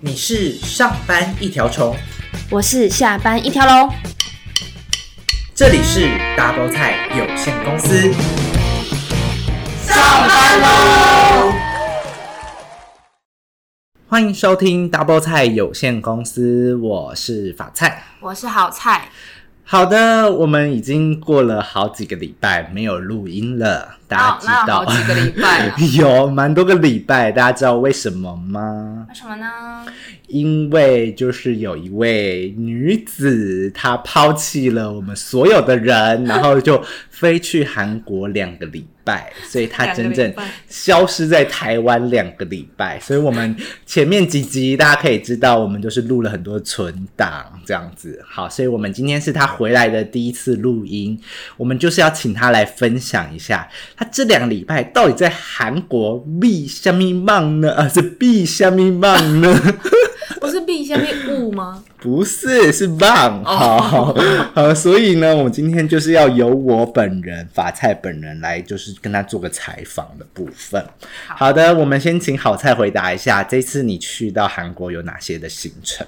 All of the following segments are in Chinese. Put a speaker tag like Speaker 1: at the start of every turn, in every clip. Speaker 1: 你是上班一条虫，
Speaker 2: 我是下班一条龙。
Speaker 1: 这里是 Double 菜有限公司。
Speaker 3: 上班喽！
Speaker 1: 欢迎收听 Double 菜有限公司，我是法菜。
Speaker 3: 我是好菜，
Speaker 1: 好的，我们已经过了好几个礼拜没有录音了，大家
Speaker 3: 哦那有
Speaker 1: 知道
Speaker 3: 好几个礼拜啊
Speaker 1: 有蛮多个礼拜，大家知道为什么吗？
Speaker 3: 为什么呢？
Speaker 1: 因为就是有一位女子，她抛弃了我们所有的人，然后就飞去韩国两个礼拜，所以她真
Speaker 3: 两个
Speaker 1: 正
Speaker 3: 礼拜
Speaker 1: 消失在台湾两个礼拜。所以我们前面几集大家可以知道，我们就是录了很多存档这样子。好，所以我们今天是她回来的第一次录音，我们就是要请她来分享一下她这两个礼拜到底在韩国避虾米棒呢？啊，是避虾米棒呢？
Speaker 3: 不是 B 下面雾吗？
Speaker 1: 不是，是棒。 好，呃，所以呢，我今天就是要由我本人法菜本人来，就是跟他做个采访的部分。好的，我们先请好菜回答一下，这次你去到韩国有哪些的行程？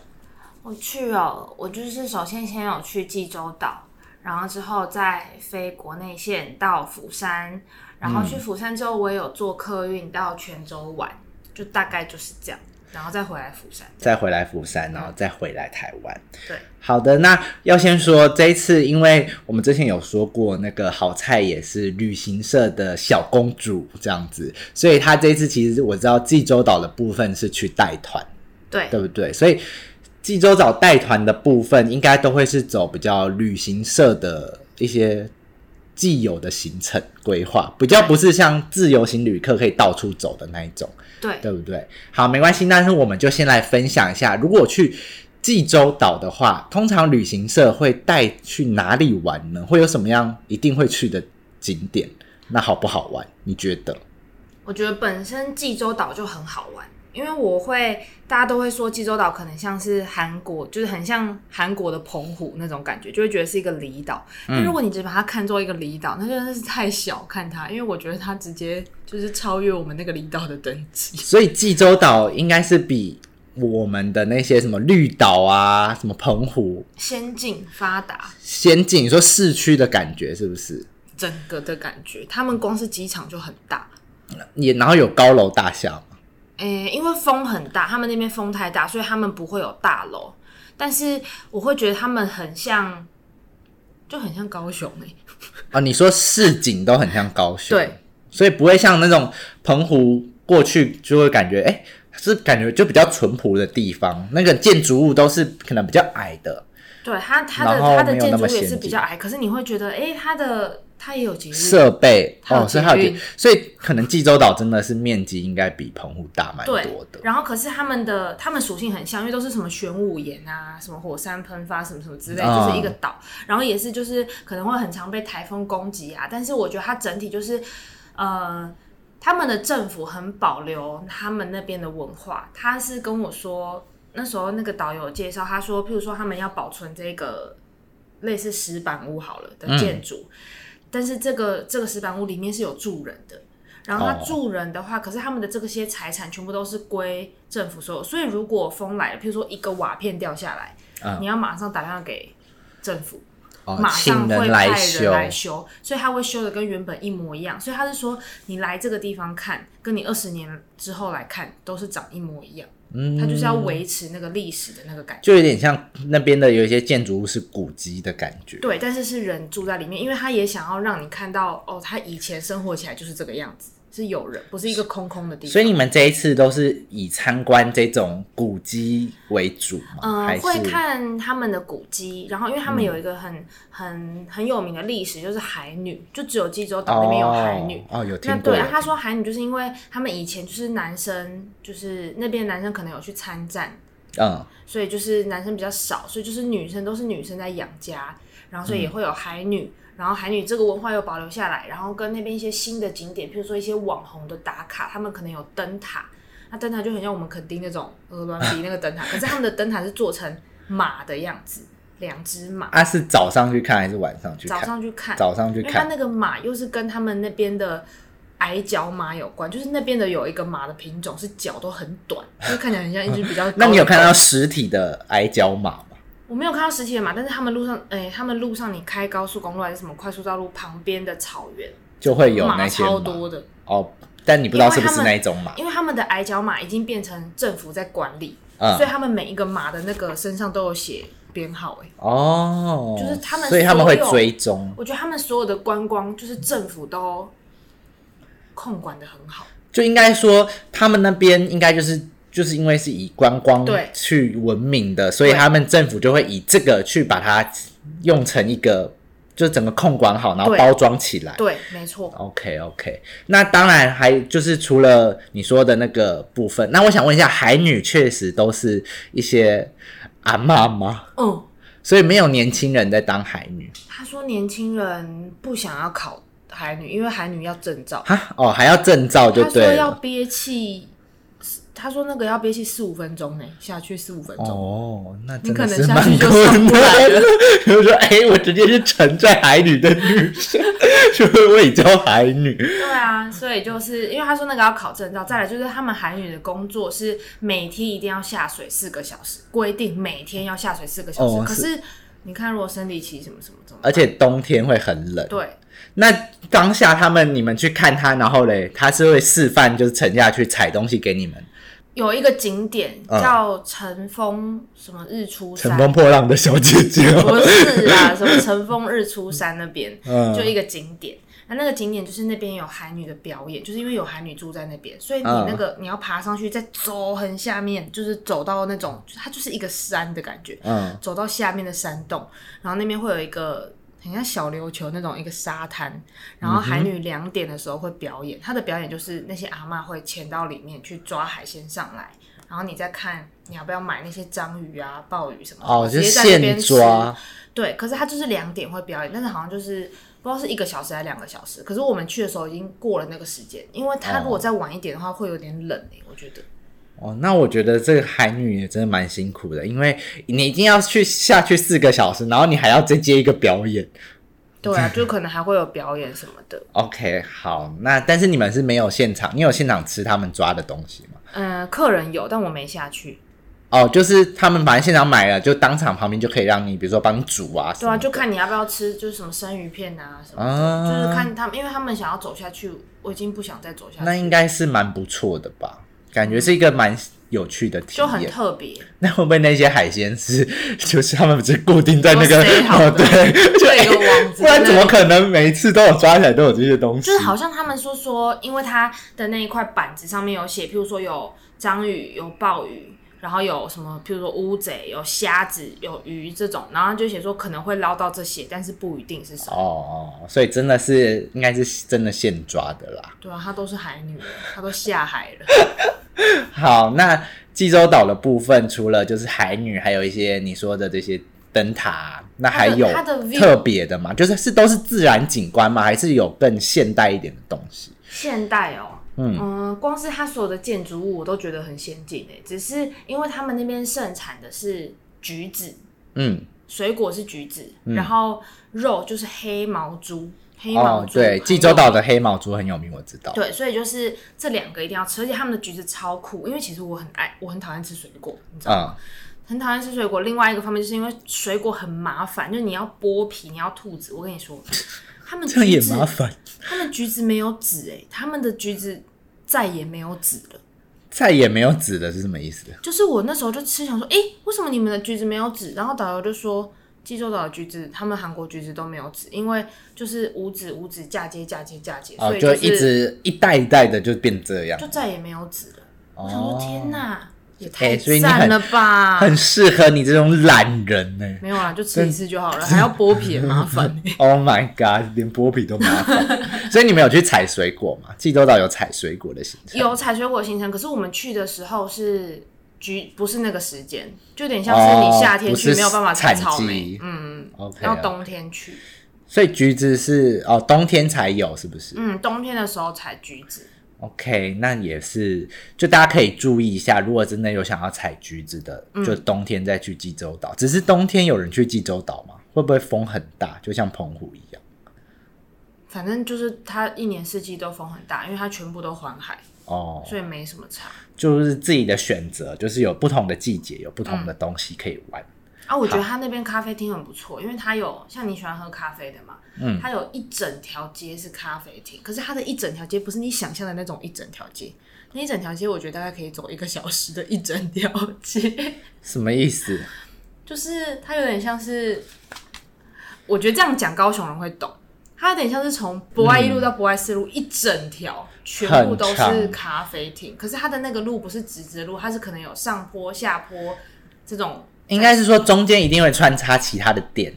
Speaker 3: 我去哦，我就是首先先有去济州岛，然后之后再飞国内线到釜山，然后去釜山之后，我也有坐客运到泉州玩，就大概就是这样，然后再回来釜山。
Speaker 1: 再回来釜山，然后再回来台湾。
Speaker 3: 对，
Speaker 1: 好的，那要先说这一次，因为我们之前有说过，那个好菜也是旅行社的小公主这样子，所以她这一次其实我知道济州岛的部分是去带团。
Speaker 3: 对，
Speaker 1: 对不对？所以济州岛带团的部分，应该都会是走比较旅行社的一些既有的行程规划，比较不是像自由行旅客可以到处走的那一种，
Speaker 3: 对，
Speaker 1: 对不对？好，没关系，但是我们就先来分享一下，如果去。济州岛的话，通常旅行社会带去哪里玩呢？会有什么样一定会去的景点？那好不好玩？你觉得？
Speaker 3: 我觉得本身济州岛就很好玩，因为我会大家都会说济州岛可能像是韩国，就是很像韩国的澎湖那种感觉，就会觉得是一个离岛。但如果你只把它看作一个离岛，那真的是太小看它，因为我觉得它直接就是超越我们那个离岛的等级。
Speaker 1: 所以济州岛应该是比我们的那些什么绿岛啊、什么澎湖
Speaker 3: 先进发达，
Speaker 1: 先进，你说市区的感觉是不是？
Speaker 3: 整个的感觉，他们光是机场就很大。
Speaker 1: 也然后有高楼大厦嘛，
Speaker 3: 诶、因为风很大，他们那边风太大，所以他们不会有大楼。但是我会觉得他们很像，就很像高雄诶、
Speaker 1: 啊，你说市景都很像高雄，
Speaker 3: 对，
Speaker 1: 所以不会像那种澎湖过去就会感觉哎。是感觉就比较淳朴的地方，那个建筑物都是可能比较矮的，
Speaker 3: 对它它的
Speaker 1: 然后
Speaker 3: 它的
Speaker 1: 没有
Speaker 3: 建
Speaker 1: 那
Speaker 3: 筑
Speaker 1: 么
Speaker 3: 也是
Speaker 1: 先
Speaker 3: 比
Speaker 1: 进
Speaker 3: 较矮，可是你会觉得，哎、它的它也有节日，
Speaker 1: 设备
Speaker 3: 还有
Speaker 1: 哦，
Speaker 3: 嗯捷
Speaker 1: 是还有
Speaker 3: 运
Speaker 1: 捷，所以可能济州岛真的是面积应该比澎湖大蛮
Speaker 3: 对
Speaker 1: 多的。
Speaker 3: 然后可是他们的他们属性很像，因为都是什么玄武岩啊，什么火山喷发，什么什么之类，
Speaker 1: 啊
Speaker 3: 就是一个岛，然后也是就是可能会很常被台风攻击啊，但是我觉得它整体就是，呃。他们的政府很保留他们那边的文化，他是跟我说，那时候那个导游介绍，他说，譬如说他们要保存这个类似石板屋好了的建筑，但是这个这个石板屋里面是有住人的。然后他
Speaker 1: 哦
Speaker 3: 住人的话，可是他们的这个些财产全部都是归政府所有，所以如果风来了，譬如说一个瓦片掉下来，
Speaker 1: 嗯
Speaker 3: 你要马上打电话给政府，
Speaker 1: 哦
Speaker 3: 马，上
Speaker 1: 请
Speaker 3: 会
Speaker 1: 人来
Speaker 3: 派人
Speaker 1: 修，
Speaker 3: 来修，所以他会修的跟原本一模一样。所以他是说，你来这个地方看，跟你二十年之后来看都是长一模一样。
Speaker 1: 嗯
Speaker 3: 他就是要维持那个历史的那个感觉。
Speaker 1: 就有点像那边的有一些建筑物是古迹的感觉。
Speaker 3: 对，但是是人住在里面，因为他也想要让你看到哦，他以前生活起来就是这个样子，是有人，不是一个空空的地方。
Speaker 1: 所以你们这一次都是以参观这种古迹为主吗？还
Speaker 3: 嗯，
Speaker 1: 是嗯
Speaker 3: 会看他们的古迹，然后因为他们有一个很、很很有名的历史，就是海女，就只有济州岛那边有海女。
Speaker 1: 哦，哦有听
Speaker 3: 那
Speaker 1: 过。
Speaker 3: 对啊，他说海女就是因为他们以前就是男生，就是那边男生可能有去参战，
Speaker 1: 嗯，
Speaker 3: 所以就是男生比较少，所以就是女生都是女生在养家，然后所以也会有海女，然后海女这个文化又保留下来，然后跟那边一些新的景点，譬如说一些网红的打卡，他们可能有灯塔，那灯塔就很像我们垦丁那种鹅銮鼻那个灯塔，可是他们的灯塔是做成马的样子，两只马，
Speaker 1: 啊是早上去看还是晚上去
Speaker 3: 早
Speaker 1: 看？
Speaker 3: 上去看，
Speaker 1: 早上去
Speaker 3: 因为他
Speaker 1: 看
Speaker 3: 那个马又是跟他们那边的。矮脚马有关，就是那边的有一个马的品种是脚都很短，就看起来很像一只比较高的 狗。
Speaker 1: 那你有看到实体的矮脚马吗？
Speaker 3: 我没有看到实体的马，但是他们路上，哎、他们路上你开高速公路还是什么快速道路旁边的草原，
Speaker 1: 就会有
Speaker 3: 马
Speaker 1: 那些
Speaker 3: 超
Speaker 1: 马
Speaker 3: 多的，
Speaker 1: 哦，但你不知道是不是那一种马，
Speaker 3: 因为他们的矮脚马已经变成政府在管理，
Speaker 1: 嗯
Speaker 3: 所以他们每一个马的那个身上都有写编号、哎，
Speaker 1: 哦，
Speaker 3: 就是他们
Speaker 1: 所以他们会
Speaker 3: 所有
Speaker 1: 追踪，
Speaker 3: 我觉得他们所有的观光就是政府都控管的很好，
Speaker 1: 就应该说他们那边应该就是就是因为是以观光
Speaker 3: 对
Speaker 1: 去闻名的，所以
Speaker 3: 对
Speaker 1: 他们政府就会以这个去把它用成一个，就是整个控管好，然后
Speaker 3: 对
Speaker 1: 包装起来。
Speaker 3: 对，没错。
Speaker 1: OK OK，那当然还就是除了你说的那个部分，那我想问一下，海女确实都是一些阿嬷吗？
Speaker 3: 嗯，
Speaker 1: 所以没有年轻人在当海女
Speaker 3: 他说年轻人不想要考海女，因为海女要证照，
Speaker 1: 哈？哦，还要证照就
Speaker 3: 他说
Speaker 1: 对
Speaker 3: 要
Speaker 1: 了。
Speaker 3: 憋气，他说那个要憋气四五分钟呢，下去四五分钟。
Speaker 1: 哦，那
Speaker 3: 你
Speaker 1: 真
Speaker 3: 可
Speaker 1: 的
Speaker 3: 能
Speaker 1: 是
Speaker 3: 下
Speaker 1: 蛮
Speaker 3: 去就
Speaker 1: 困
Speaker 3: 上不
Speaker 1: 难
Speaker 3: 来
Speaker 1: 的。 就说，哎、我直接是沉在海里的女生，所以我也叫海女。
Speaker 3: 对啊，所以就是因为他说那个要考证照，再来就是他们韩语的工作是每天一定要下水四个小时，规定每天要下水四个小时。
Speaker 1: 哦
Speaker 3: 可
Speaker 1: 是
Speaker 3: 是你看，如果生理期什么什么怎么办，
Speaker 1: 而且冬天会很冷。
Speaker 3: 对
Speaker 1: 那当下他们你们去看他，然后嘞，他是会示范，就是沉下去采东西给你们。
Speaker 3: 有一个景点
Speaker 1: 嗯
Speaker 3: 叫乘风什么日出
Speaker 1: 乘
Speaker 3: 山，
Speaker 1: 风破浪的小姐姐、
Speaker 3: 不
Speaker 1: 哦，
Speaker 3: 是啊，什么乘风日出山那边、
Speaker 1: 嗯
Speaker 3: 就一个景点。那那个景点就是那边有韩女的表演，就是因为有韩女住在那边，所以你
Speaker 1: 嗯
Speaker 3: 那个、你要爬上去，再走很下面，就是走到那种，就它就是一个山的感觉。
Speaker 1: 嗯，
Speaker 3: 走到下面的山洞，然后那边会有一个很像小琉球那种一个沙滩，然后海女两点的时候会表演，她的表演就是那些阿嬷会潜到里面去抓海鲜上来，然后你再看你要不要买那些章鱼啊、鲍鱼什么的，
Speaker 1: 哦，就
Speaker 3: 直
Speaker 1: 是
Speaker 3: 接在那边
Speaker 1: 现抓
Speaker 3: 吃。对，可是她就是两点会表演，但是好像就是。不知道是一个小时还是两个小时，可是我们去的时候已经过了那个时间，因为她如果再晚一点的话，会有点冷诶、我觉得。
Speaker 1: 哦，那我觉得这个海女也真的蛮辛苦的，因为你一定要去下去四个小时，然后你还要再接一个表演。
Speaker 3: 对啊，就可能还会有表演什么的。
Speaker 1: OK，好，那但是你们是没有现场，你有现场吃他们抓的东西吗？
Speaker 3: 嗯，客人有，但我没下去。
Speaker 1: 哦，就是他们反正现场买了，就当场旁边就可以让你，比如说帮你煮啊什
Speaker 3: 对啊，
Speaker 1: 么的，
Speaker 3: 就看你要不要吃，就是什么生鱼片啊什么的，
Speaker 1: 啊，
Speaker 3: 就是看他们，因为他们想要走下去，我已经不想再走下
Speaker 1: 那
Speaker 3: 去，
Speaker 1: 应该是蛮不错的吧？感觉是一个蛮有趣的体
Speaker 3: 就很
Speaker 1: 验。
Speaker 3: 特别。
Speaker 1: 那会不会那些海鲜是就是他们只固定在那个
Speaker 3: 都 塞好的
Speaker 1: 哦 对，就
Speaker 3: 对
Speaker 1: 哎
Speaker 3: 一个网子
Speaker 1: 不然
Speaker 3: 在那
Speaker 1: 怎么
Speaker 3: 里
Speaker 1: 可能每一次都有抓起来都有这些东西？
Speaker 3: 就是好像他们说说，因为它的那一块板子上面有写，譬如说有章鱼、有鲍鱼，然后有什么，譬如说乌贼、有虾子、有鱼这种，然后他就写说可能会捞到这些，但是不一定是什么。
Speaker 1: 哦哦，所以真的是应该是真的现抓的啦。
Speaker 3: 对啊，她都是海女了，她都下海了。
Speaker 1: 好，那济州岛的部分除了就是海女，还有一些你说的这些灯塔，那还有
Speaker 3: 它的它的 view
Speaker 1: 特别的吗？就是是都是自然景观吗？还是有更现代一点的东西？
Speaker 3: 现代哦，
Speaker 1: 嗯
Speaker 3: 嗯、光是它所有的建筑物我都觉得很先进诶，只是因为他们那边盛产的是橘子，
Speaker 1: 嗯，
Speaker 3: 水果是橘子，然后肉就是黑毛猪，黑毛
Speaker 1: 哦，
Speaker 3: 猪、
Speaker 1: 对，济州岛的黑毛猪很有名，我知道。
Speaker 3: 对，所以就是这两个一定要吃，而且他们的橘子超酷，因为其实我很爱，我很讨厌吃水果，你知道吗？
Speaker 1: 嗯，
Speaker 3: 很讨厌吃水果。另外一个方面就是因为水果很麻烦，就是你要剥皮，你要吐籽。我跟你说，他们
Speaker 1: 这样也
Speaker 3: 橘子
Speaker 1: 麻烦。
Speaker 3: 他们橘子没有籽哎、他们的橘子再也没有籽了。
Speaker 1: 再也没有籽了是什么意思？
Speaker 3: 就是我那时候就吃想说，诶，为什么你们的橘子没有籽？然后导游就说，济州岛的橘子，他们韩国橘子都没有籽，因为就是无籽无籽嫁接嫁接嫁接，
Speaker 1: 哦
Speaker 3: 所，以
Speaker 1: 就是一直一代一代的就变这样
Speaker 3: 就。再也没有籽了。我想
Speaker 1: 哦
Speaker 3: 说，天哪，也
Speaker 1: 诶
Speaker 3: 太
Speaker 1: 所以你
Speaker 3: 赞
Speaker 1: 很
Speaker 3: 了 吧！
Speaker 1: 很适合你这种懒人呢、
Speaker 3: 没有啊啦，就吃一次就好了，还要剥皮，很麻 烦、
Speaker 1: Oh my god，连剥皮都麻 烦。所以你们有去采水果吗？济州岛有采水果的行程？
Speaker 3: 有采水果行程，可是我们去的时候是橘，不是那个时间，就有点像是你夏天
Speaker 1: 哦
Speaker 3: 去
Speaker 1: 不是
Speaker 3: 没有办法采草
Speaker 1: 产
Speaker 3: 莓
Speaker 1: 季，
Speaker 3: 嗯，
Speaker 1: OK
Speaker 3: 要
Speaker 1: 啊。
Speaker 3: 冬天去，
Speaker 1: 所以橘子是哦，冬天才有是不是、
Speaker 3: 嗯，冬天的时候采橘子。
Speaker 1: o k 那也是，就大家可以注意一下，如果真的有想要采橘子的，
Speaker 3: 嗯
Speaker 1: 就冬天再去济州岛。只是冬天有人去济州岛吗？会不会风很大，就像澎湖一样？
Speaker 3: 反正就是它一年四季都风很大，因为它全部都环海，
Speaker 1: 哦，
Speaker 3: 所以没什么差。
Speaker 1: 就是自己的选择，就是有不同的季节，有不
Speaker 3: 嗯
Speaker 1: 同的东西可以玩。
Speaker 3: 啊，我觉得它那边咖啡厅很不错，因为它有像你喜欢喝咖啡的嘛，
Speaker 1: 嗯
Speaker 3: 它有一整条街是咖啡厅，可是它的一整条街不是你想象的那种一整条街，那一整条街我觉得大概可以走一个小时的一整条街，
Speaker 1: 什么意思？
Speaker 3: 就是它有点像是，我觉得这样讲高雄人会懂。它有点像是从博爱一路到博爱四路一整条，全部都是
Speaker 1: 很长
Speaker 3: 咖啡厅。可是它的那个路不是直直的路，它是可能有上坡、下坡这种，
Speaker 1: 应该是说中间一定会穿插其他的店，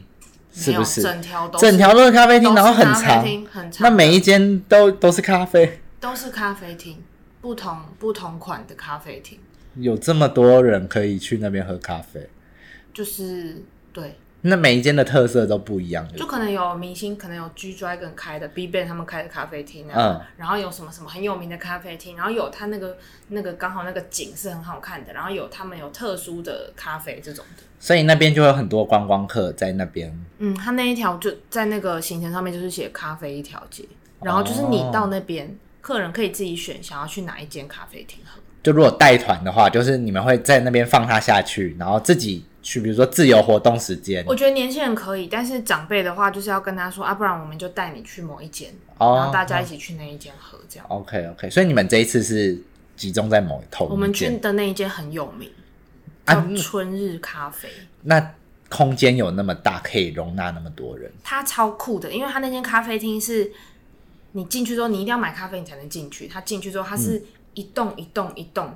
Speaker 1: 是
Speaker 3: 没有
Speaker 1: 不是？
Speaker 3: 整条都是
Speaker 1: 整条都是咖啡厅，然后很
Speaker 3: 都是咖
Speaker 1: 长
Speaker 3: 啡，厅很长。
Speaker 1: 那每一间都都是咖啡，
Speaker 3: 都是咖啡厅，不同不同款的咖啡厅，
Speaker 1: 有这么多人可以去那边喝咖啡，
Speaker 3: 就是对，
Speaker 1: 那每一间的特色都不一样。
Speaker 3: 就可能有明星，可能有 G Dragon 开的 B Ban 他们开的咖啡厅啊，
Speaker 1: 嗯
Speaker 3: 然后有什么什么很有名的咖啡厅，然后有他那个那个刚好那个景是很好看的，然后有他们有特殊的咖啡这种的。
Speaker 1: 所以那边就会有很多观光客在那边。
Speaker 3: 嗯，他那一条就在那个行程上面就是写咖啡一条街，然后就是你到那边，客人可以自己选想要去哪一间咖啡厅喝。
Speaker 1: 就如果带团的话，就是你们会在那边放他下去，然后自己去，比如说自由活动时间
Speaker 3: 我觉得年轻人可以，但是长辈的话就是要跟他说啊，不然我们就带你去某一间，
Speaker 1: 哦
Speaker 3: 然后大家一起去那一间喝这样。
Speaker 1: OK OK，所以你们这一次是集中在某头
Speaker 3: 我们去的那一间嗯很有名，叫
Speaker 1: 啊？
Speaker 3: 春日咖啡，
Speaker 1: 那空间有那么大，可以容纳那么多人，
Speaker 3: 它超酷的，因为它那间咖啡厅是你进去之后，你一定要买咖啡你才能进去。它进去之后，它
Speaker 1: 嗯
Speaker 3: 是一栋一栋一栋，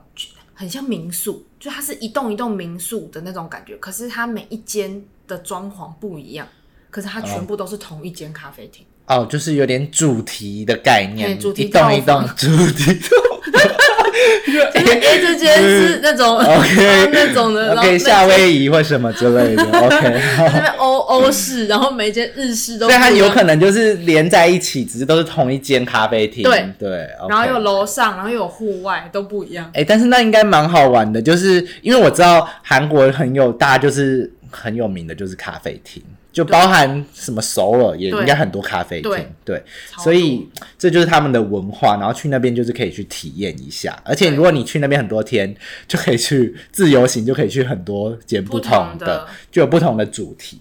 Speaker 3: 很像民宿，就它是一栋一栋民宿的那种感觉。可是它每一间的装潢不一样，可是它全部都是同一间咖啡厅。
Speaker 1: 哦，就是有点主题的概念，
Speaker 3: 对主题
Speaker 1: 一栋一栋
Speaker 3: 套
Speaker 1: 主题套
Speaker 3: 就是哎、欸这间是那 种
Speaker 1: OK
Speaker 3: 那种的，然后那
Speaker 1: ，OK，夏威夷或什么之类 的，OK，好
Speaker 3: 那边欧欧式，然后每间日式
Speaker 1: 所以
Speaker 3: 都不一样，
Speaker 1: 它有可能就是连在一起，只是都是同一间咖啡厅，
Speaker 3: 对
Speaker 1: 对，
Speaker 3: 然后
Speaker 1: OK
Speaker 3: 有楼上，然后又有户外，都不一样。
Speaker 1: 哎、但是那应该蛮好玩的，就是因为我知道韩国很有大，就是很有名的就是咖啡厅，就包含什么首尔也
Speaker 3: 对
Speaker 1: 应该很多咖啡厅，
Speaker 3: 对
Speaker 1: 对，
Speaker 3: 超
Speaker 1: 所以这就是他们的文化，然后去那边就是可以去体验一下，而且
Speaker 3: 对
Speaker 1: 如果你去那边很多天，就可以去自由行，就可以去很多间不同
Speaker 3: 不同的
Speaker 1: 就有不同的主题。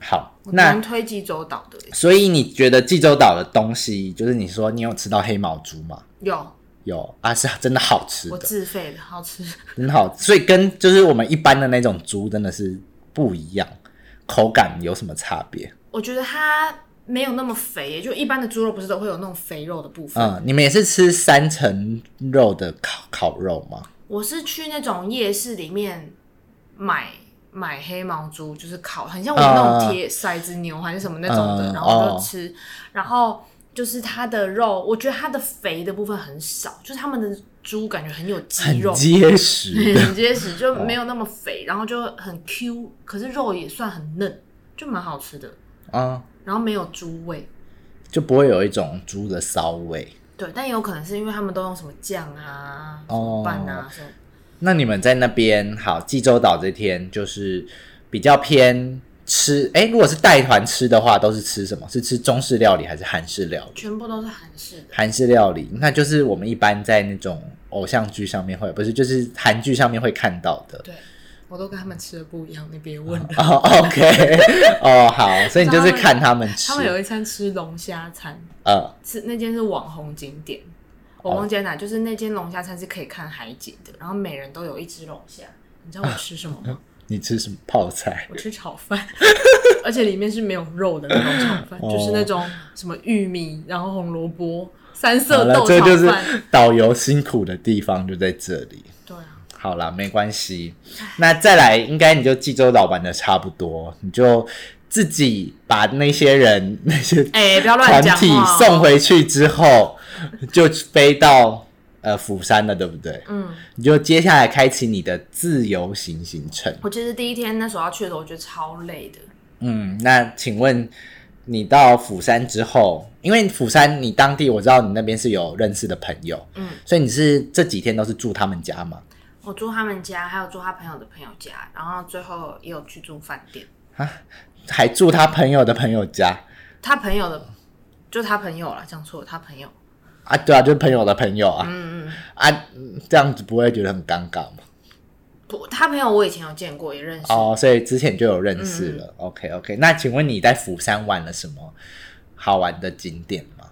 Speaker 1: 好，
Speaker 3: 我
Speaker 1: 那
Speaker 3: 蛮推济州岛的，
Speaker 1: 所以你觉得济州岛的东西，就是你说你有吃到黑毛猪吗？
Speaker 3: 有
Speaker 1: 有啊，是真的好吃的
Speaker 3: 我。自费的，好吃。
Speaker 1: 很好，所以跟就是我们一般的那种猪真的是不一样，口感有什么差别？
Speaker 3: 我觉得它没有那么肥，就一般的猪肉不是都会有那种肥肉的部分。
Speaker 1: 嗯，你们也是吃三层肉的烤烤肉吗？
Speaker 3: 我是去那种夜市里面买。买黑毛猪就是烤，很像我们那种铁骰子牛还是什么那种的，
Speaker 1: 嗯
Speaker 3: 然后
Speaker 1: 哦
Speaker 3: 就吃，然后就是它的肉，我觉得它的肥的部分很少，就是他们的猪感觉很有肌
Speaker 1: 很哦
Speaker 3: 肉，
Speaker 1: 结实的，
Speaker 3: 很 结实，就没有那么肥，然后就很 Q，可是肉也算很嫩，就蛮好吃的，
Speaker 1: 啊、
Speaker 3: 然后没有猪味，
Speaker 1: 就不会有一种猪的骚味。
Speaker 3: 对，但也有可能是因为他们都用什么酱啊、什
Speaker 1: 哦
Speaker 3: 么拌啊什么。
Speaker 1: 那你们在那边好，济州岛这天就是比较偏吃，哎、如果是带团吃的话，都是吃什么？是吃中式料理还是韩式料理？
Speaker 3: 全部都是韩式的，
Speaker 1: 韩式料理，那就是我们一般在那种偶像剧上面会，不是就是韩剧上面会看到的。
Speaker 3: 对我都跟他们吃的不一样，你别问了。
Speaker 1: 哦、o k 哦，好，所以你就是看他们吃，
Speaker 3: 他们有一餐吃龙虾餐，
Speaker 1: 呃，
Speaker 3: 是那间是网红景点，
Speaker 1: 哦
Speaker 3: 我忘记在哪，就是那间龙虾餐是可以看海景的，然后每人都有一只龙虾。你知 道我吃什么吗？
Speaker 1: 你吃什么泡菜？
Speaker 3: 我吃炒饭， 而且里面是没有肉的那种炒饭，
Speaker 1: 哦
Speaker 3: 就是那种什么玉米，然后红萝卜、三
Speaker 1: 好
Speaker 3: 色
Speaker 1: 了
Speaker 3: 豆，
Speaker 1: 这
Speaker 3: 炒
Speaker 1: 就是
Speaker 3: 饭。
Speaker 1: 导游辛苦的地方就在这里。
Speaker 3: 对啊，
Speaker 1: 好啦，没关系。那再来，应该你就济州岛玩的差不多，你就自己把那些人那些
Speaker 3: 哎、不要乱
Speaker 1: 团
Speaker 3: 讲
Speaker 1: 体
Speaker 3: 话哦。
Speaker 1: 送回去之后，就飞到呃釜山了，对不对？
Speaker 3: 嗯，
Speaker 1: 你就接下来开启你的自由行行程。
Speaker 3: 我其实第一天那时候要去的时候，我觉得超累的。
Speaker 1: 嗯，那请问你到釜山之后，因为釜山你当地我知道你那边是有认识的朋友，
Speaker 3: 嗯，
Speaker 1: 所以你是这几天都是住他们家嘛？
Speaker 3: 我住他们家，还有住他朋友的朋友家，然后最后也有去住饭店。
Speaker 1: 还住他朋友的朋友家？
Speaker 3: 他朋友的就他朋友了，讲错了，他朋友。
Speaker 1: 啊，对啊，就是朋友的朋友啊、
Speaker 3: 嗯嗯，
Speaker 1: 啊，嗯这样子不会觉得很尴尬吗？
Speaker 3: 不，他朋友我以前有见过，也认识。
Speaker 1: 哦，所以之前就有认
Speaker 3: 嗯
Speaker 1: 识了。OK OK，那请问你在釜山玩了什么好玩的景点吗？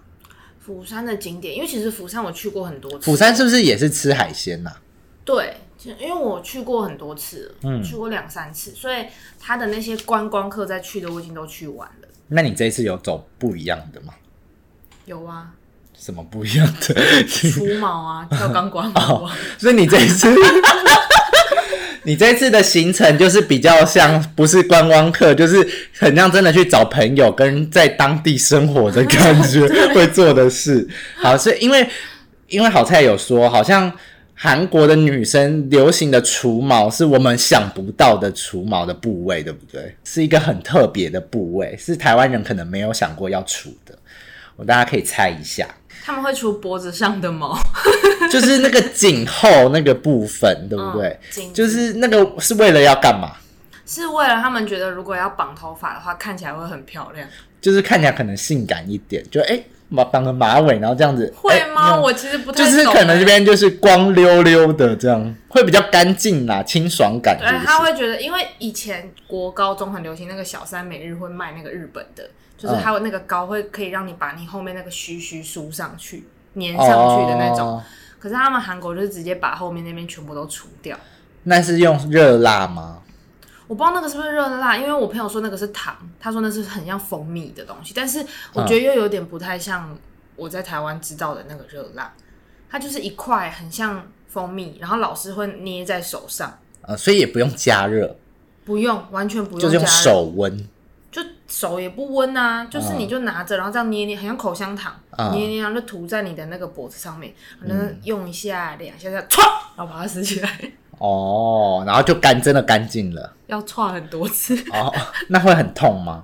Speaker 3: 釜山的景点，因为其实釜山我去过很多次。
Speaker 1: 釜山是不是也是吃海鲜啊呐、
Speaker 3: 对，就因为我去过很多次了，
Speaker 1: 嗯
Speaker 3: 去过两三次，所以他的那些观光客在去的我已经都去完了。
Speaker 1: 那你这一次有走不一样的吗？
Speaker 3: 有啊，
Speaker 1: 什么不一样的？
Speaker 3: 除毛啊，跳钢管舞啊，
Speaker 1: 所以你这一次，你这一次的行程就是比较像不是观光客，就是很像真的去找朋友跟在当地生活的感觉会做的事。好，是因为因为好菜有说，好像韩国的女生流行的除毛是我们想不到的除毛的部位，对不对？是一个很特别的部位，是台湾人可能没有想过要除的。我大家可以猜一下。
Speaker 3: 他们会除脖子上的毛，
Speaker 1: 就是那个颈后那个部分，对不对
Speaker 3: 嗯？颈
Speaker 1: 就是那个是为了要干嘛？
Speaker 3: 是为了他们觉得如果要绑头发的话，看起来会很漂亮。
Speaker 1: 就是看起来可能性感一点，就哎马绑个马尾，然后这样子
Speaker 3: 会
Speaker 1: 哎
Speaker 3: 吗？
Speaker 1: 用
Speaker 3: 我其实不太
Speaker 1: 就是
Speaker 3: 懂
Speaker 1: 可能这
Speaker 3: 欸
Speaker 1: 边就是光溜溜的这样，会比较干净啦，清爽感是不
Speaker 3: 对，
Speaker 1: 是
Speaker 3: 他会觉得，因为以前国高中很流行那个小三每日会卖那个日本的，就是它有那个膏会可以让你把你后面那个须须梳上去、粘上去的那种。
Speaker 1: 哦
Speaker 3: 可是他们韩国就是直接把后面那边全部都除掉。
Speaker 1: 那是用热辣吗？
Speaker 3: 我不知道那个是不是热辣，因为我朋友说那个是糖，他说那是很像蜂蜜的东西，但
Speaker 1: 嗯
Speaker 3: 是我觉得又有点不太像我在台湾知道的那个热辣，它就是一块很像蜂蜜，然后老师会捏在手上，
Speaker 1: 呃，所以也不用加热，
Speaker 3: 不用，完全不用，
Speaker 1: 就是用手温。
Speaker 3: 就手也不温啊，就是
Speaker 1: 嗯
Speaker 3: 你就拿着，然后这样捏捏，很像口香糖，
Speaker 1: 嗯
Speaker 3: 捏捏，然后就涂在你的那个脖子上面，然后用一下、两下，这样歘，然后把它撕起来，
Speaker 1: 哦，然后就干真的干净了。
Speaker 3: 要歘很多次。
Speaker 1: 哦，那会很痛吗？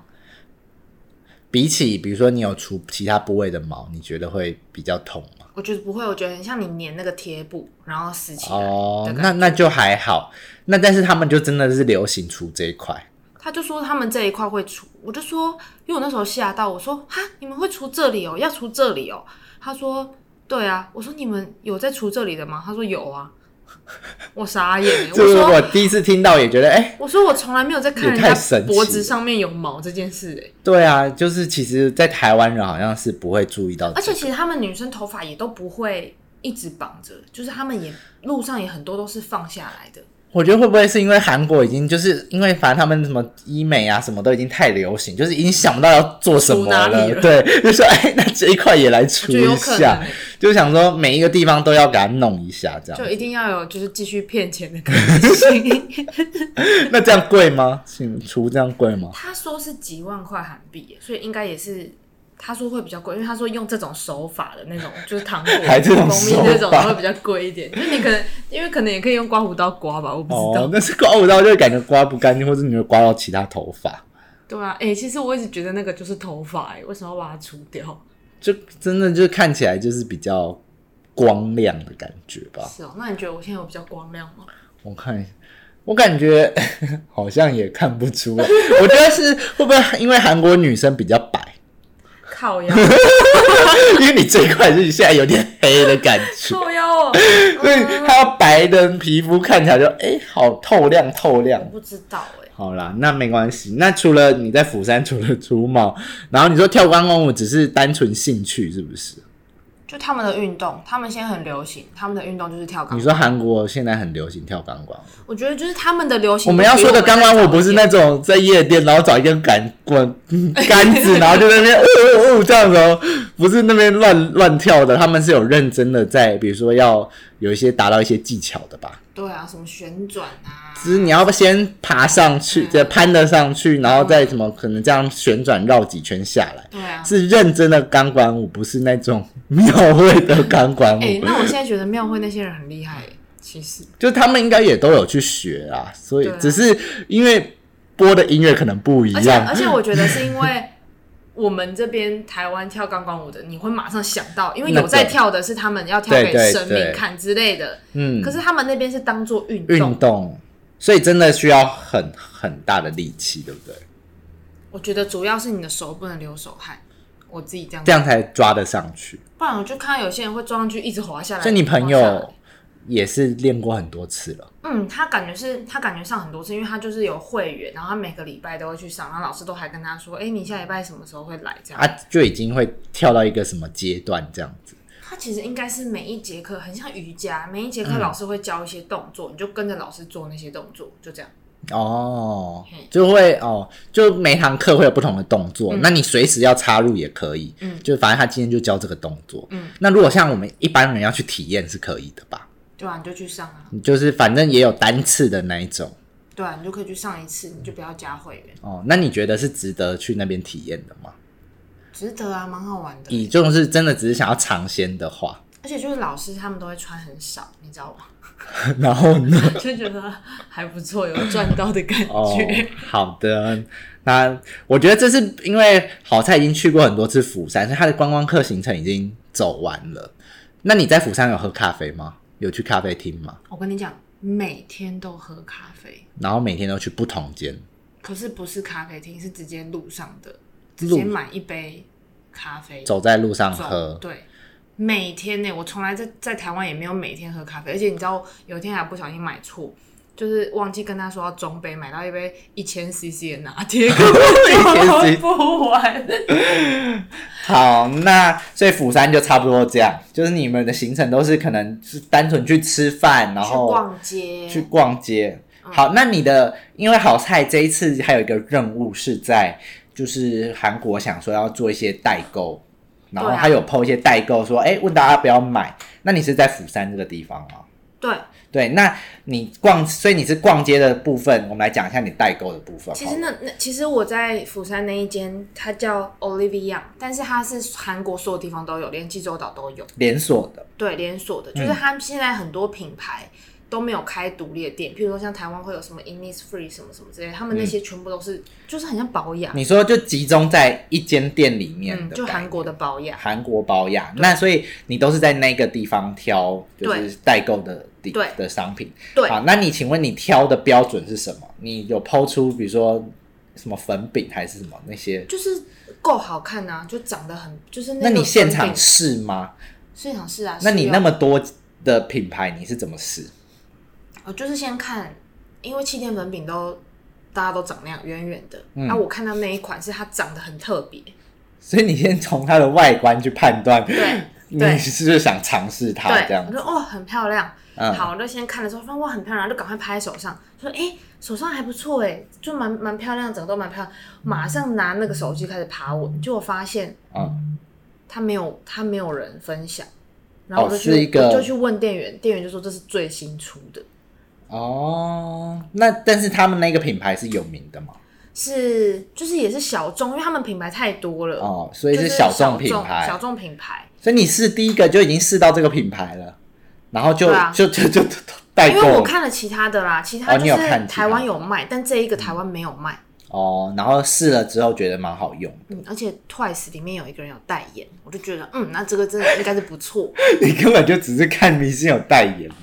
Speaker 1: 比起比如说你有除其他部位的毛，你觉得会比较痛吗？
Speaker 3: 我觉得不会，我觉得很像你粘那个贴布，然后撕起来。
Speaker 1: 哦
Speaker 3: 的，感
Speaker 1: 那那就还好。那但是他们就真的是流行除这一块，
Speaker 3: 他就说他们这一块会除，我就说，因为我那时候吓到，我说哈，你们会除这里哦，要除这里哦。他说对啊，我说你们有在除这里的吗？他说有啊， 我傻眼欸，我
Speaker 1: 这是
Speaker 3: 说
Speaker 1: 我第一次听到，也觉得哎、
Speaker 3: 我说我从来没有在看人
Speaker 1: 也
Speaker 3: 家
Speaker 1: 太神奇了
Speaker 3: 脖子上面有毛这件事、欸，
Speaker 1: 对啊，就是其实，在台湾人好像是不会注意到、
Speaker 3: 而且其实他们女生头发也都不会一直绑着，就是他们也路上也很多都是放下来的。
Speaker 1: 我觉得会不会是因为韩国已经就是因为反正他们什么医美啊什么都已经太流行，就是已经想不到要做什么
Speaker 3: 除哪
Speaker 1: 了，
Speaker 3: 里了
Speaker 1: 对，就说哎，那这一块也来除
Speaker 3: 我觉得有
Speaker 1: 一
Speaker 3: 可
Speaker 1: 下
Speaker 3: 能、，欸，
Speaker 1: 就想说每一个地方都要给它弄一下这样
Speaker 3: 就。一定要有就是继续骗钱的可能性。
Speaker 1: 那这样贵吗？请除这样贵吗？
Speaker 3: 他说是几万块韩币耶，所以应该也是。他说会比较贵，因为他说用这种手法的那种，就是糖果、
Speaker 1: 还这
Speaker 3: 蜂
Speaker 1: 种
Speaker 3: 蜜那
Speaker 1: 手
Speaker 3: 种
Speaker 1: 法
Speaker 3: 会比较贵一点。就是你可能，因为可能也可以用刮胡刀刮吧，我不知 道。
Speaker 1: 哦，但是刮不到就会感觉刮不干净，或者你会刮到其他头发，
Speaker 3: 对啊，哎、其实我一直觉得那个就是头发、欸，为什么要把它除掉？
Speaker 1: 就真的就看起来就是比较光亮的感觉吧。
Speaker 3: 是哦，那你觉得我现在有比较光亮吗？
Speaker 1: 我看一下，我感觉 好像也看不出来， 我觉得是会不会因为韩国女生比较白，
Speaker 3: 靠腰，
Speaker 1: 因为你这一块是现在有点黑的感觉。
Speaker 3: 靠腰 哦，
Speaker 1: 所以她白的皮肤看起来就哎、好透亮透亮
Speaker 3: 我不知道哎、
Speaker 1: 好啦，那没关系。那除了你在釜山 除了除毛，然后你说跳钢管舞只是单纯兴趣，是不是？
Speaker 3: 就他们的运动，他们现在很流行，他们的运动就是跳钢
Speaker 1: 你。说韩国现在很流行跳钢管舞，
Speaker 3: 我觉得就是他们的流行，
Speaker 1: 我们要说的钢管舞不是那
Speaker 3: 种，
Speaker 1: 种在夜店然后找一根杆棍嗯 杆子，然后就在那边哦哦哦这样子哦，不是那边乱乱跳的，他们是有认真的在，比如说要有一些达到一些技巧的吧。
Speaker 3: 对啊，什么旋转啊，
Speaker 1: 只是你要先爬上去，再攀得上去，然后再什么可能这样旋转绕几圈下来。
Speaker 3: 对啊。
Speaker 1: 是认真的钢管舞，不是那种庙会的钢管舞。
Speaker 3: 哎、那我现在觉得庙会那些人很厉害、欸，其实
Speaker 1: 就他们应该也都有去学啊，所以
Speaker 3: 对啊
Speaker 1: 只是因为播的音乐可能不一
Speaker 3: 而且
Speaker 1: 样
Speaker 3: 而。且我觉得是 因为我们这边台湾跳钢管舞的，你会马上想到，因为
Speaker 1: 那
Speaker 3: 有
Speaker 1: 个
Speaker 3: 在跳的是他们要跳
Speaker 1: 对
Speaker 3: 给
Speaker 1: 对
Speaker 3: 神
Speaker 1: 对
Speaker 3: 明看之类的，
Speaker 1: 嗯，
Speaker 3: 可是他们那边是当做运
Speaker 1: 运动，所以真的需要很很大的力气，对不对？
Speaker 3: 我觉得主要是你的手不能流手汗，我自己这样
Speaker 1: 这样才抓得上去。
Speaker 3: 不然我就看到有些人会装上去一直滑下来。
Speaker 1: 所以你朋
Speaker 3: 一直滑下来
Speaker 1: 友也是练过很多次了，
Speaker 3: 嗯，他感觉是他感觉上很多次，因为他就是有会员，然后他每个礼拜都会去上，然后老师都还跟他说：“哎、你下礼拜什么时候会来？”这样。
Speaker 1: 啊，就已经会跳到一个什么阶段这样子。
Speaker 3: 他其实应该是每一节课很像瑜伽，每一节课老师会教一些动作，你就跟着老师做那些动作，就这样。
Speaker 1: 哦
Speaker 3: 嘿，
Speaker 1: 就会哦，就每堂课会有不同的动作，
Speaker 3: 嗯
Speaker 1: 那你随时要插入也可以，
Speaker 3: 嗯
Speaker 1: 就反正他今天就教这个动作，
Speaker 3: 嗯，
Speaker 1: 那如果像我们一般人要去体验是可以的吧？
Speaker 3: 对啊，你就去上啊，
Speaker 1: 你就是反正也有单次的那一种
Speaker 3: 对啊，你就可以去上一次，你就不要加会员，
Speaker 1: 哦，那你觉得是值得去那边体验的吗？
Speaker 3: 值得啊，蛮好玩的。
Speaker 1: 以就是真的只是想要尝鲜的话，
Speaker 3: 而且就是老师他们都会穿很少，你知道吗？
Speaker 1: 然后呢？
Speaker 3: 就觉得还不错，有赚到的感
Speaker 1: 哦
Speaker 3: 觉。，
Speaker 1: 好的。那我觉得这是因为好菜已经去过很多次釜山，所以他的观光客行程已经走完了。那你在釜山有喝咖啡吗？有去咖啡厅吗？
Speaker 3: 我跟你讲，每天都喝咖啡，
Speaker 1: 然后每天都去不同间，
Speaker 3: 可是不是咖啡厅，是直接路上的，直接买一杯咖啡
Speaker 1: 走在路上
Speaker 3: 走
Speaker 1: 啊喝。
Speaker 3: 对，每天呢、我从来在在台湾也没有每天喝咖啡，而且你知道，有一天还不小心买错。就是忘记跟他说要中杯，买到一杯一千 CC 的 拿铁，根本就喝不完。
Speaker 1: 好，那所以釜山就差不多这样，就是你们的行程都是可能是单纯去吃饭，然
Speaker 3: 去
Speaker 1: 后
Speaker 3: 逛街，
Speaker 1: 去逛街。
Speaker 3: 嗯
Speaker 1: 好，那你的因为好菜这一次还有一个任务是在就是韩国想说要做一些代购，然后
Speaker 3: 对啊
Speaker 1: 他有 PO 一些代购说，哎、问大家不要买。那你是在釜山这个地方吗？
Speaker 3: 对，
Speaker 1: 对，那你逛，所以你是逛街的部分，我们来讲一下你代购的部分好了。
Speaker 3: 其实那那其实我在釜山那一间，它叫 Olivia，但是它是韩国所有地方都有，连济州岛都有，
Speaker 1: 连锁的，
Speaker 3: 对，连锁的，
Speaker 1: 嗯
Speaker 3: 就是它现在很多品牌。都没有开独立的店，譬如说像台湾会有什么 Innisfree 什么什么之类的，他们
Speaker 1: 嗯
Speaker 3: 那些全部都是、就是很像保养，
Speaker 1: 你说就集中在一间店里面
Speaker 3: 嗯，
Speaker 1: 的、
Speaker 3: 就韩国的保养，
Speaker 1: 韩国保养，那所以你都是在那个地方挑，就是代购的地
Speaker 3: 对
Speaker 1: 的商品。
Speaker 3: 对
Speaker 1: 好，那你请问你挑的标准是什么？你有抛出比如说什么粉饼还是什么那些？
Speaker 3: 就是够好看呐、就长得很就是
Speaker 1: 那
Speaker 3: 个
Speaker 1: 你现场
Speaker 3: 粉饼
Speaker 1: 试吗？
Speaker 3: 现场是啊，
Speaker 1: 那你
Speaker 3: 试用
Speaker 1: 那么多的品牌，你是怎么试？
Speaker 3: 我呃就是先看，因为气垫粉饼都大家都长那样圆圆的，那、
Speaker 1: 嗯
Speaker 3: 我看到那一款是它长得很特别，
Speaker 1: 所以你先从它的外观去判断，
Speaker 3: 对
Speaker 1: 你
Speaker 3: 对
Speaker 1: 是不是想尝试它这
Speaker 3: 对，
Speaker 1: 样
Speaker 3: 我
Speaker 1: 子
Speaker 3: 说？哦很漂亮，
Speaker 1: 嗯
Speaker 3: 好，我就先看的时候发现哇很漂亮，就赶快拍在手上，就说哎、手上还不错哎，就蛮蛮漂亮，整个都蛮漂亮，马上拿那个手机开始爬文，就我发现
Speaker 1: 嗯，
Speaker 3: 它没有它没有人分享，然后我就去、
Speaker 1: 哦是一个
Speaker 3: 我就去问店员，店员就说这是最新出的，
Speaker 1: 哦，那但是他们那个品牌是有名的嘛？
Speaker 3: 是就是也是小众，因为他们品牌太多了，
Speaker 1: 哦，所以
Speaker 3: 就是是
Speaker 1: 小
Speaker 3: 众
Speaker 1: 众品牌，
Speaker 3: 小众品牌。
Speaker 1: 所以你试第一个就已经试到这个品牌了，然后就、
Speaker 3: 对啊
Speaker 1: 就就就就代
Speaker 3: 因为我
Speaker 1: 购
Speaker 3: 看了其他的啦，其他
Speaker 1: 哦
Speaker 3: 就
Speaker 1: 你有
Speaker 3: 是
Speaker 1: 看其嗯他
Speaker 3: 台湾有卖，但这一个台湾没有卖。
Speaker 1: 哦，然后试了之后觉得蛮好用。
Speaker 3: 嗯，而且 Twice 里面有一个人有代言，我就觉得，嗯，那这个真的应该 是不错，
Speaker 1: 你根本就只是看明星有代言。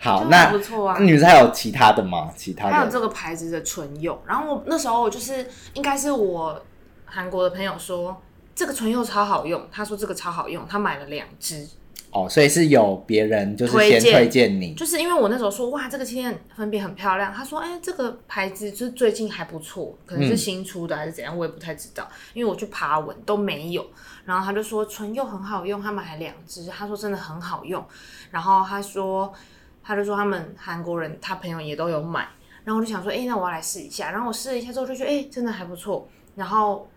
Speaker 1: 好，
Speaker 3: 真的
Speaker 1: 那
Speaker 3: 不错啊。
Speaker 1: 你们还有其他的吗？其他的
Speaker 3: 还有这个牌子的唇釉，然后我那时候我就是应该是我韩国的朋友说这个唇釉超好用，他说这个超好用，他买了两支，
Speaker 1: 哦，所以是有别人就是先
Speaker 3: 推荐
Speaker 1: 推荐你
Speaker 3: 就是因为我那时候说哇这个气垫分别很漂亮，他说哎、这个牌子就是最近还不错，可能是新出的还是怎样，我也不太知道，因为我去爬文都没有。然后他就说唇釉很好用，他们还两支，他说真的很好用。然后他说他就说他们韩国人他朋友也都有买，然后我就想说哎、那我要来试一下，然后我试了一下之后就觉得哎、真的还不错，然后。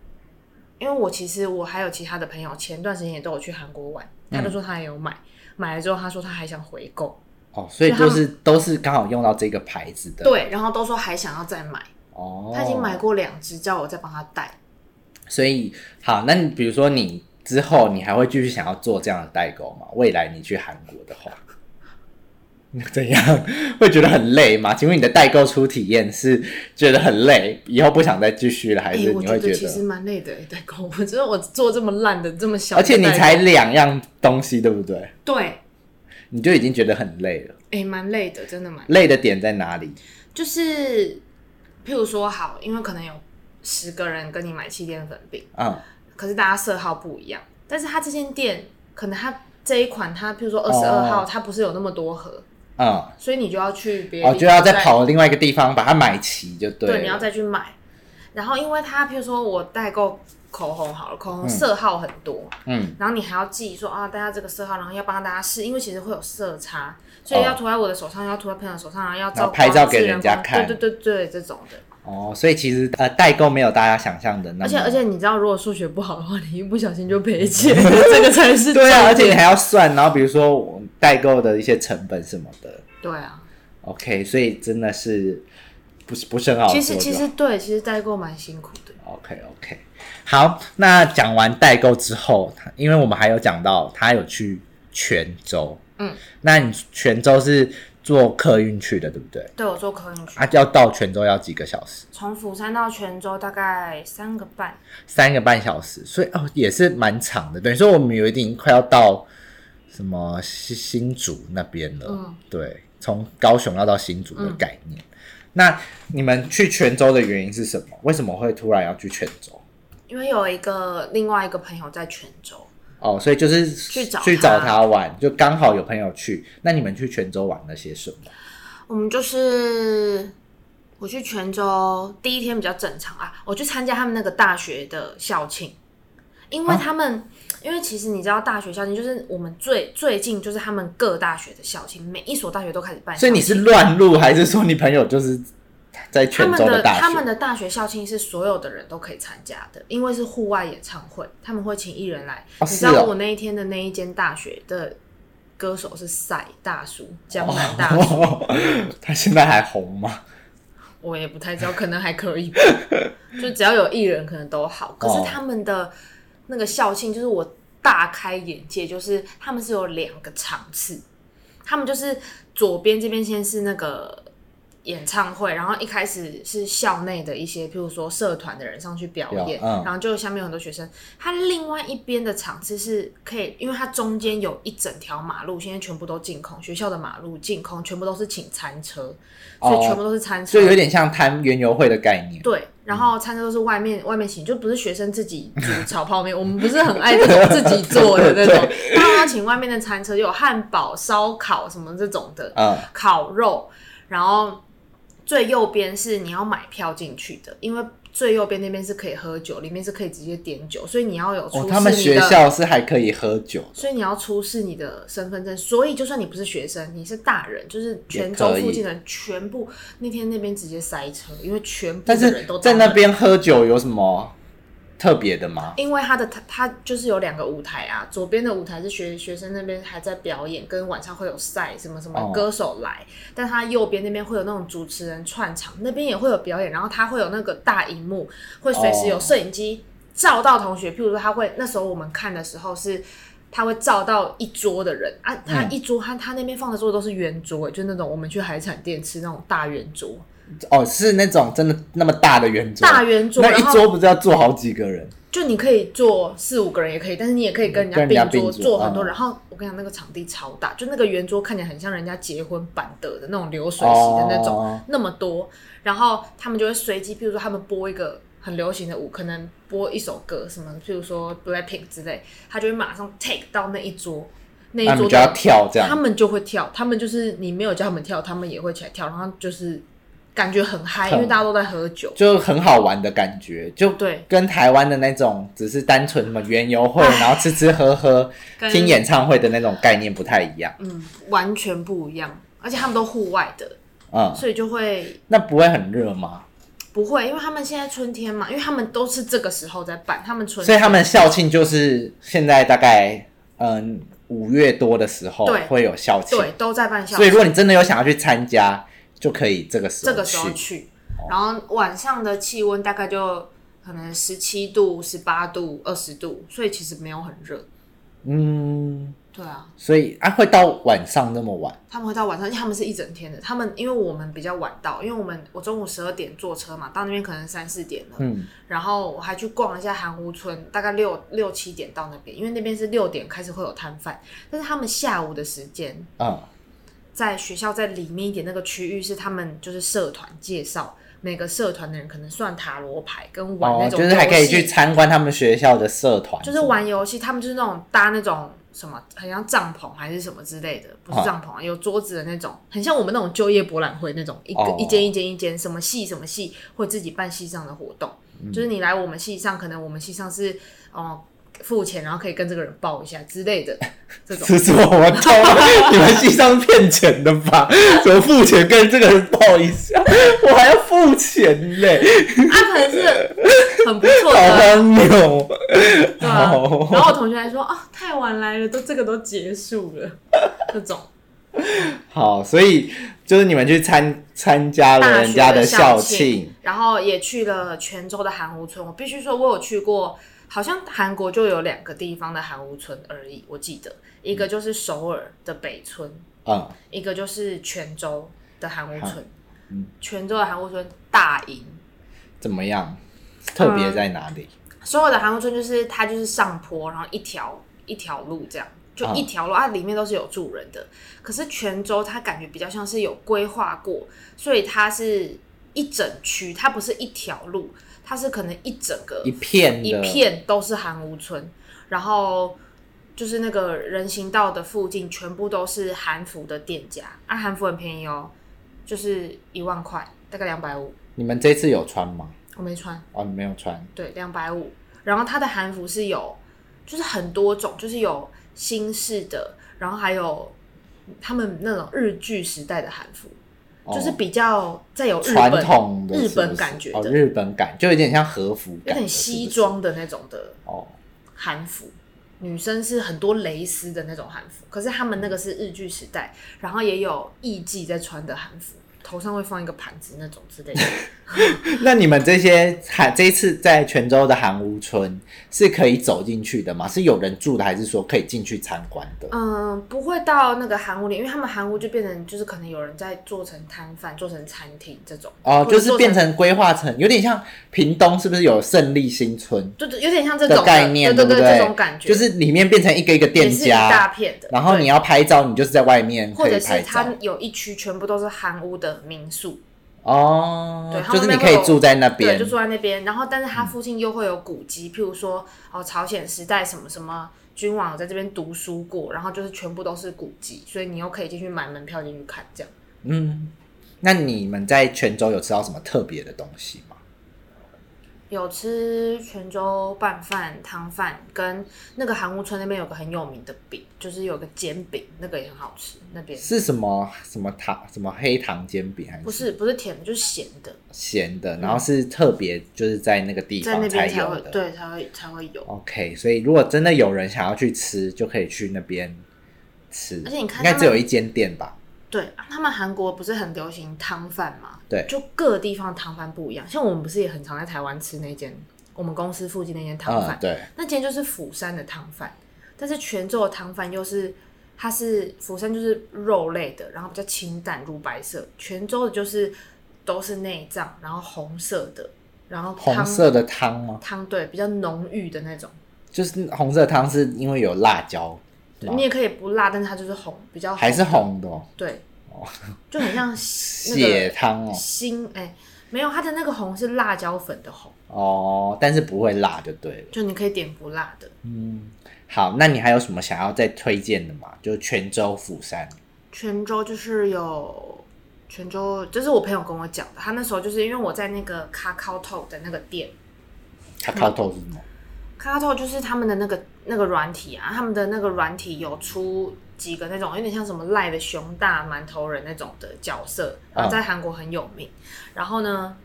Speaker 3: 因为我其实我还有其他的朋友，前段时间也都有去韩国玩，他就说他也有买，买了之后他说他还想回购，
Speaker 1: 哦，所以
Speaker 3: 就他
Speaker 1: 就
Speaker 3: 们
Speaker 1: 是都是刚好用到这个牌子的。
Speaker 3: 对，然后都说还想要再买，
Speaker 1: 哦，
Speaker 3: 他已经买过两只，叫我再帮他带。
Speaker 1: 所以好，那你比如说你之后你还会继续想要做这样的代购吗？未来你去韩国的话，怎样会觉得很累吗？请问你的代购初体验是觉得很累，以后不想再继续了，还
Speaker 3: 哎、
Speaker 1: 是
Speaker 3: 我
Speaker 1: 你
Speaker 3: 觉
Speaker 1: 会
Speaker 3: 得
Speaker 1: 觉
Speaker 3: 其实
Speaker 1: 得？
Speaker 3: 蛮累的，代购。我觉得我做这么烂的，这么小
Speaker 1: 而
Speaker 3: 的代
Speaker 1: 且
Speaker 3: 购，
Speaker 1: 你才两样东西，对不对？
Speaker 3: 对，哎、
Speaker 1: 你就已经觉得很累了，
Speaker 3: 蛮累的，真的蛮。
Speaker 1: 累的点在哪里？
Speaker 3: 就是譬如说，好，因为可能有十个人跟你买气垫粉饼，
Speaker 1: 嗯，
Speaker 3: 可是大家色号不一样。但是它这间店可能它这一款它，譬如说二十
Speaker 1: 哦
Speaker 3: 二号，它不是有那么多盒，
Speaker 1: 嗯，
Speaker 3: 所以你就要去别的
Speaker 1: 哦，
Speaker 3: 地
Speaker 1: 就
Speaker 3: 方
Speaker 1: 要再跑另外一个地方把它买齐就对了。
Speaker 3: 对，你要再去买。然后因为它譬如说我代购口红好了，口红
Speaker 1: 嗯
Speaker 3: 色号很多，
Speaker 1: 嗯，
Speaker 3: 然后你还要记说啊，大家这个色号，然后要帮大家试，因为其实会有色差，所以要涂在我的手上，要涂在朋友手上，然后要
Speaker 1: 哦然
Speaker 3: 照
Speaker 1: 后拍照给
Speaker 3: 光是
Speaker 1: 人家
Speaker 3: 光
Speaker 1: 看
Speaker 3: 对对对对，这种的。
Speaker 1: 哦，所以其实呃，代购没有大家想象的那么，
Speaker 3: 而且而且你知道，如果数学不好的话，你一不小心就 赔钱，这个才 是
Speaker 1: 对啊，而
Speaker 3: 重
Speaker 1: 且
Speaker 3: 点
Speaker 1: 你还要算，然后比如说我代购的一些成本什么的。
Speaker 3: 对啊，
Speaker 1: OK，所以真的是不是不是很好做
Speaker 3: 其
Speaker 1: 就好。
Speaker 3: 实其实对，其实代购蛮辛苦的。
Speaker 1: OK OK，好，那讲完代购之后，他因为我们还有讲到他有去泉州，
Speaker 3: 嗯，
Speaker 1: 那你泉州是坐客运去的，对不对？
Speaker 3: 对我做客运去，
Speaker 1: 啊，要到泉州要几个小时？
Speaker 3: 从釜山到泉州大概三个半，
Speaker 1: 三个半小时，所以哦也是蛮长的，等于说我们有一点快要到什么新新竹那边了，
Speaker 3: 嗯
Speaker 1: 对，从高雄要到新竹的概念。那你们去泉州的原因是什么？为什么会突然要去泉州？
Speaker 3: 因为有一个另外一个朋友在泉州，
Speaker 1: 哦，所以就是
Speaker 3: 去找
Speaker 1: 去找
Speaker 3: 他
Speaker 1: 他玩，就刚好有朋友去。那你们去泉州玩了些什么？
Speaker 3: 我们就是我去泉州第一天比较正常啊，我去参加他们那个大学的校庆，因为
Speaker 1: 啊
Speaker 3: 他们、因为其实你知道大学校庆就是我们最最近就是他们各大学的校庆，每一所大学都开始办校
Speaker 1: 所
Speaker 3: 庆，
Speaker 1: 以你是乱入，还是说你朋友就是在
Speaker 3: 他
Speaker 1: 泉
Speaker 3: 们
Speaker 1: 州
Speaker 3: 的
Speaker 1: 大
Speaker 3: 他
Speaker 1: 学
Speaker 3: 们？的大学校庆是所有的人都可以参加的，因为是户外演唱会，他们会请艺人来。
Speaker 1: 哦
Speaker 3: 你
Speaker 1: 是
Speaker 3: 知
Speaker 1: 哦
Speaker 3: 道我那一天的那一间大学的歌手是赛大叔，江 南大叔，
Speaker 1: 哦，他现在还红吗？
Speaker 3: 我也不太知道，可能还可以吧， 就只要有艺人可能都好。可
Speaker 1: 哦
Speaker 3: 是他们的那个校庆，就是我大开眼界，就是他们是有两个场次，他们就是左边这边先是那个演唱会，然后一开始是校内的一些，譬如说社团的人上去表演，
Speaker 1: 有嗯
Speaker 3: 然后就下面有很多学生。他另外一边的场次是可以，因为它中间有一整条马路，现在全部都净空，学校的马路净空，全部都是请餐车，所
Speaker 1: 哦
Speaker 3: 以全部都是餐车，
Speaker 1: 就有点像摊园游会的概念。
Speaker 3: 对，然后餐车都是外面外面请，就不是学生自己煮炒泡面，我们不是很爱这种自己做的那种，他们要请外面的餐车，有汉堡、烧烤什么这种的，
Speaker 1: 嗯，
Speaker 3: 烤肉，然后最右边是你要买票进去的，因为最右边那边是可以喝酒，里面是可以直接点酒，所以你要有出
Speaker 1: 哦
Speaker 3: 示，
Speaker 1: 他们
Speaker 3: 你
Speaker 1: 学
Speaker 3: 的
Speaker 1: 校是还可以喝酒的
Speaker 3: 所以你要出示你的身份证，所以就算你不是学生，你是大人，就是泉
Speaker 1: 也
Speaker 3: 州
Speaker 1: 可以
Speaker 3: 附近的人全部那天那边直接塞车，因为全部
Speaker 1: 但
Speaker 3: 的人
Speaker 1: 是
Speaker 3: 都到
Speaker 1: 在那，边喝酒有什么特别的吗？
Speaker 3: 因为他的他他就是有两个舞台啊，左边的舞台是学学生那边还在表演，跟晚上会有赛什么什
Speaker 1: 哦
Speaker 3: 么歌手来，但他右边那边会有那种主持人串场，那边也会有表演，然后他会有那个大荧幕，会随时有
Speaker 1: 哦
Speaker 3: 摄影机照到同学，譬如说他会那时候我们看的时候是。他会照到一桌的人啊，
Speaker 1: 嗯
Speaker 3: 他一桌他他那边放的桌都是圆桌，就那种我们去海产店吃那种大圆桌，
Speaker 1: 哦，是那种真的那么大的圆桌，
Speaker 3: 大圆桌，
Speaker 1: 啊那
Speaker 3: 然
Speaker 1: 一
Speaker 3: 后
Speaker 1: 桌不是要坐好几个人？
Speaker 3: 就你可以坐四五个人也可以，但是你也可以跟人家
Speaker 1: 嗯跟人家
Speaker 3: 并桌
Speaker 1: 并桌
Speaker 3: 坐很多。
Speaker 1: 嗯
Speaker 3: 然后我跟你讲，那个场地超大，就那个圆桌看起来很像人家结婚版的的那种流水席的那种，
Speaker 1: 哦
Speaker 3: 那么多。然后他们就会随机，譬如说他们播一个很流行的舞，可能播一首歌什么，譬如说 Blackpink 之类，他就会马上 take 到那一桌，那一
Speaker 1: 那
Speaker 3: 桌
Speaker 1: 你
Speaker 3: 的
Speaker 1: 们就要跳这样
Speaker 3: 他。们就会跳，他们就是你没有叫他们跳，他们也会起来跳，然后就是感觉很嗨，
Speaker 1: 跳
Speaker 3: 因为大家都在喝酒。
Speaker 1: 就很好玩的感觉，就
Speaker 3: 对
Speaker 1: 跟台湾的那种只是单纯什么园游会，然后吃吃喝喝、
Speaker 3: 跟
Speaker 1: 听演唱会的那种概念不太一样。
Speaker 3: 嗯，完全不一样，而且他们都户外的，
Speaker 1: 嗯，
Speaker 3: 所以就会
Speaker 1: 那不会很热吗？
Speaker 3: 不会，因为他们现在春天嘛，因为他们都是这个时候在办，他们春
Speaker 1: 所以他们校庆就是现在大概嗯五月多的时候
Speaker 3: 对
Speaker 1: 会有校庆，
Speaker 3: 对都在办校
Speaker 1: 所以
Speaker 3: 庆，
Speaker 1: 如果你真的有想要去参加，就可以这个时
Speaker 3: 这
Speaker 1: 候
Speaker 3: 个时
Speaker 1: 去。
Speaker 3: 候
Speaker 1: 哦
Speaker 3: 去，然后晚上的气温大概就可能十七度、十八度、二十度，所以其实没有很热。
Speaker 1: 嗯，
Speaker 3: 对啊，
Speaker 1: 所以啊会到晚上那么晚
Speaker 3: 他们会到晚上，因为他们是一整天的。他们因为我们比较晚到，因为我们我中午十二点坐车嘛，到那边可能三四点了。
Speaker 1: 嗯
Speaker 3: 然后我还去逛了一下韩屋村，大概六六七点到那边，因为那边是六点开始会有摊贩，但是他们下午的时间
Speaker 1: 嗯
Speaker 3: 在学校在里面一点那个区域是他们就是社团介绍每个社团的人可能算塔罗牌跟玩
Speaker 1: 哦
Speaker 3: 那，种、
Speaker 1: 就是还可以去，参观他们学校的社团，
Speaker 3: 就是玩游戏，他们就是那种搭那种。什么很像帐篷还是什么之类的，不是
Speaker 1: 哦
Speaker 3: 帐篷啊，有桌子的那种，很像我们那种就业博览会那种，一个、
Speaker 1: 哦
Speaker 3: 一间一间一间，什么系什么系会自己办系上的活动，
Speaker 1: 嗯
Speaker 3: 就是你来我们系上，可能我们系上是哦、付钱，然后可以跟这个人报一下之 类的，这种
Speaker 1: 是什么活动啊？你们系上骗钱的 吧？怎么付钱跟这个人报一下？我还要付钱嘞，
Speaker 3: 他啊可能是很不错
Speaker 1: 好
Speaker 3: 的，
Speaker 1: 荒谬！
Speaker 3: 对啊。
Speaker 1: 哦
Speaker 3: 然后我同学还说啊，太晚来了，都这个都结束了，这种
Speaker 1: 好，所以就是你们去参参加了
Speaker 3: 大
Speaker 1: 人
Speaker 3: 学
Speaker 1: 家的
Speaker 3: 校
Speaker 1: 校庆，，
Speaker 3: 然后也去了泉州的韩屋村。我必须说，我有去过，好像韩国就有两个地方的韩屋村而已，我记得一个就是首尔的北村，
Speaker 1: 嗯，
Speaker 3: 一个就是泉州的韩屋
Speaker 1: 好
Speaker 3: 村。
Speaker 1: 嗯
Speaker 3: 泉州的韩屋村大营，
Speaker 1: 怎么样？特别在哪里？
Speaker 3: 所有的韩屋村就是它就是上坡，然后一条一条路这样，就
Speaker 1: 嗯
Speaker 3: 一条路、啊，里面都是有住人的。可是泉州它感觉比较像是有规划过，所以它是一整区，它不是一条路，它是可能一整个
Speaker 1: 一片的
Speaker 3: 一片都是韩屋村，然后。就是那个人行道的附近，全部都是韩服的店家啊，韩服很便宜哦，就是一万块，大概两百五，
Speaker 1: 你们这次有穿吗？
Speaker 3: 我没穿。
Speaker 1: 哦，你没有穿，
Speaker 3: 对，两百五。然后它的韩服是有，就是很多种，就是有新式的，然后还有他们那种日剧时代的韩服，
Speaker 1: 哦
Speaker 3: 就是比较再有日
Speaker 1: 传
Speaker 3: 本
Speaker 1: 统的
Speaker 3: 日
Speaker 1: 是不
Speaker 3: 本
Speaker 1: 是
Speaker 3: 感觉
Speaker 1: 哦，
Speaker 3: 的，
Speaker 1: 日本感就有点像和服
Speaker 3: 有
Speaker 1: 感的，
Speaker 3: 点
Speaker 1: 是
Speaker 3: 西
Speaker 1: 不是
Speaker 3: 装的那种的
Speaker 1: 哦。
Speaker 3: 韩服。女生是很多蕾丝的那种韩服，可是他们那个是日剧时代，然后也有艺妓在穿的韩服，头上会放一个盘子那种之类的。
Speaker 1: 那你们这些韩这一次在泉州的韩屋村是可以走进去的吗？是有人住的，还是说可以进去参观的？
Speaker 3: 嗯，不会到那个韩屋里，因为他们韩屋就变成就是可能有人在做成摊贩、做成餐厅这种
Speaker 1: 哦，
Speaker 3: 或者
Speaker 1: 就
Speaker 3: 做
Speaker 1: 是
Speaker 3: 成
Speaker 1: 变成规划成有点像屏东，是不是有胜利新村
Speaker 3: 就就有点像这种
Speaker 1: 的
Speaker 3: 的
Speaker 1: 概念，
Speaker 3: 对
Speaker 1: 不
Speaker 3: 对，这种感觉
Speaker 1: 就是里面变成一个一个店
Speaker 3: 也是一大
Speaker 1: 家，
Speaker 3: 片的，
Speaker 1: 然后
Speaker 3: 对
Speaker 1: 你要拍照，你就是在外面
Speaker 3: 或
Speaker 1: 可以
Speaker 3: 者
Speaker 1: 拍
Speaker 3: 是
Speaker 1: 照
Speaker 3: 它。有一区全部都是韩屋的民宿，
Speaker 1: 哦
Speaker 3: 对，它
Speaker 1: 就
Speaker 3: 们
Speaker 1: 是你
Speaker 3: 那
Speaker 1: 可
Speaker 3: 边
Speaker 1: 以
Speaker 3: 会有
Speaker 1: 住在那边
Speaker 3: 对，就，住在那边，然后但是它附近又会有古迹，譬如说哦朝鲜时代什么什么。君王有在这边读书过，然后就是全部都是古迹，所以你又可以进去买门票进去看，这样。
Speaker 1: 嗯。那你们在泉州有吃到什么特别的东西吗？
Speaker 3: 有吃泉州拌饭、汤饭，跟那个韩屋村那边有个很有名的饼，就是有个煎饼，那个也很好吃。那边
Speaker 1: 是什么什么糖什么黑糖煎饼还是
Speaker 3: 不是不是甜的，就是咸的，
Speaker 1: 咸的，然后是特别就是在那个地
Speaker 3: 在
Speaker 1: 方
Speaker 3: 那边才
Speaker 1: 有
Speaker 3: 会
Speaker 1: 的。
Speaker 3: 对才会才会有。
Speaker 1: OK，所以如果真的有人想要去吃，就可以去那边吃。
Speaker 3: 而且你看
Speaker 1: 应该
Speaker 3: 他们
Speaker 1: 只有一间店吧？
Speaker 3: 对，啊他们韩国不是很流行汤饭嘛？
Speaker 1: 对
Speaker 3: 就各地方汤饭不一样。像我们不是也很常在台湾吃那间我们公司附近那间汤饭
Speaker 1: 嗯，，对，
Speaker 3: 那间就是釜山的汤饭，但是泉州的汤饭又是它是釜山就是肉类的，然后比较清淡乳白色，泉州的就是都是内脏，然后红色的，然后汤
Speaker 1: 红色的汤吗？
Speaker 3: 汤对比较浓郁的那种，
Speaker 1: 就是红色汤是因为有辣
Speaker 3: 哦
Speaker 1: 椒吗
Speaker 3: 你？也可以不辣，但是它就是红，比较
Speaker 1: 还是
Speaker 3: 的
Speaker 1: 红的、哦、
Speaker 3: 对，就 很像那
Speaker 1: 血
Speaker 3: 个
Speaker 1: 汤哦？
Speaker 3: 腥哎、没有它的那个红是辣椒粉的红，
Speaker 1: 哦，但是不会辣就对了。
Speaker 3: 就你可以点不辣的。
Speaker 1: 嗯，好，那你还有什么想要再推荐的吗？就是泉州、釜山。
Speaker 3: 泉州就是有泉州，这是我朋友跟我讲的。他那时候就是因为我在那个 Kakao Talk 的那个店
Speaker 1: 它靠透是什么？
Speaker 3: ，Kakao Talk 就是他们的那个那个软体啊，他们的那个软体有出几个那种有点像什么赖的熊大馒头人那种的角色，
Speaker 1: 啊
Speaker 3: 然后在韩国很有名。然后呢，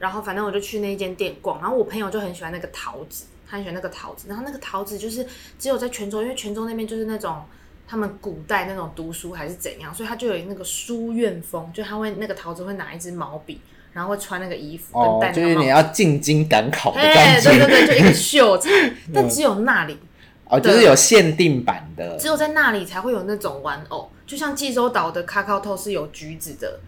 Speaker 3: 然后反正我就去那间店逛，然后我朋友就很喜欢那个桃子，他很喜欢那个桃子，然后那个桃子就是只有在泉州，因为泉州那边就是那种。他们古代那种读书还是怎样，所以他就有那个书院风，就他会那个桃子会拿一支毛笔，然后会穿那个衣服，跟
Speaker 1: 哦
Speaker 3: 戴，那
Speaker 1: 就
Speaker 3: 个
Speaker 1: 是
Speaker 3: 帽
Speaker 1: 你
Speaker 3: 子
Speaker 1: 要进京赶考的
Speaker 3: 哎，
Speaker 1: 感觉。
Speaker 3: 对对对，就一个秀才，但只有那里，
Speaker 1: 哦，就是有限定版的。
Speaker 3: 只有在那里才会有那种玩偶，就像济州岛的卡卡透是有橘子的，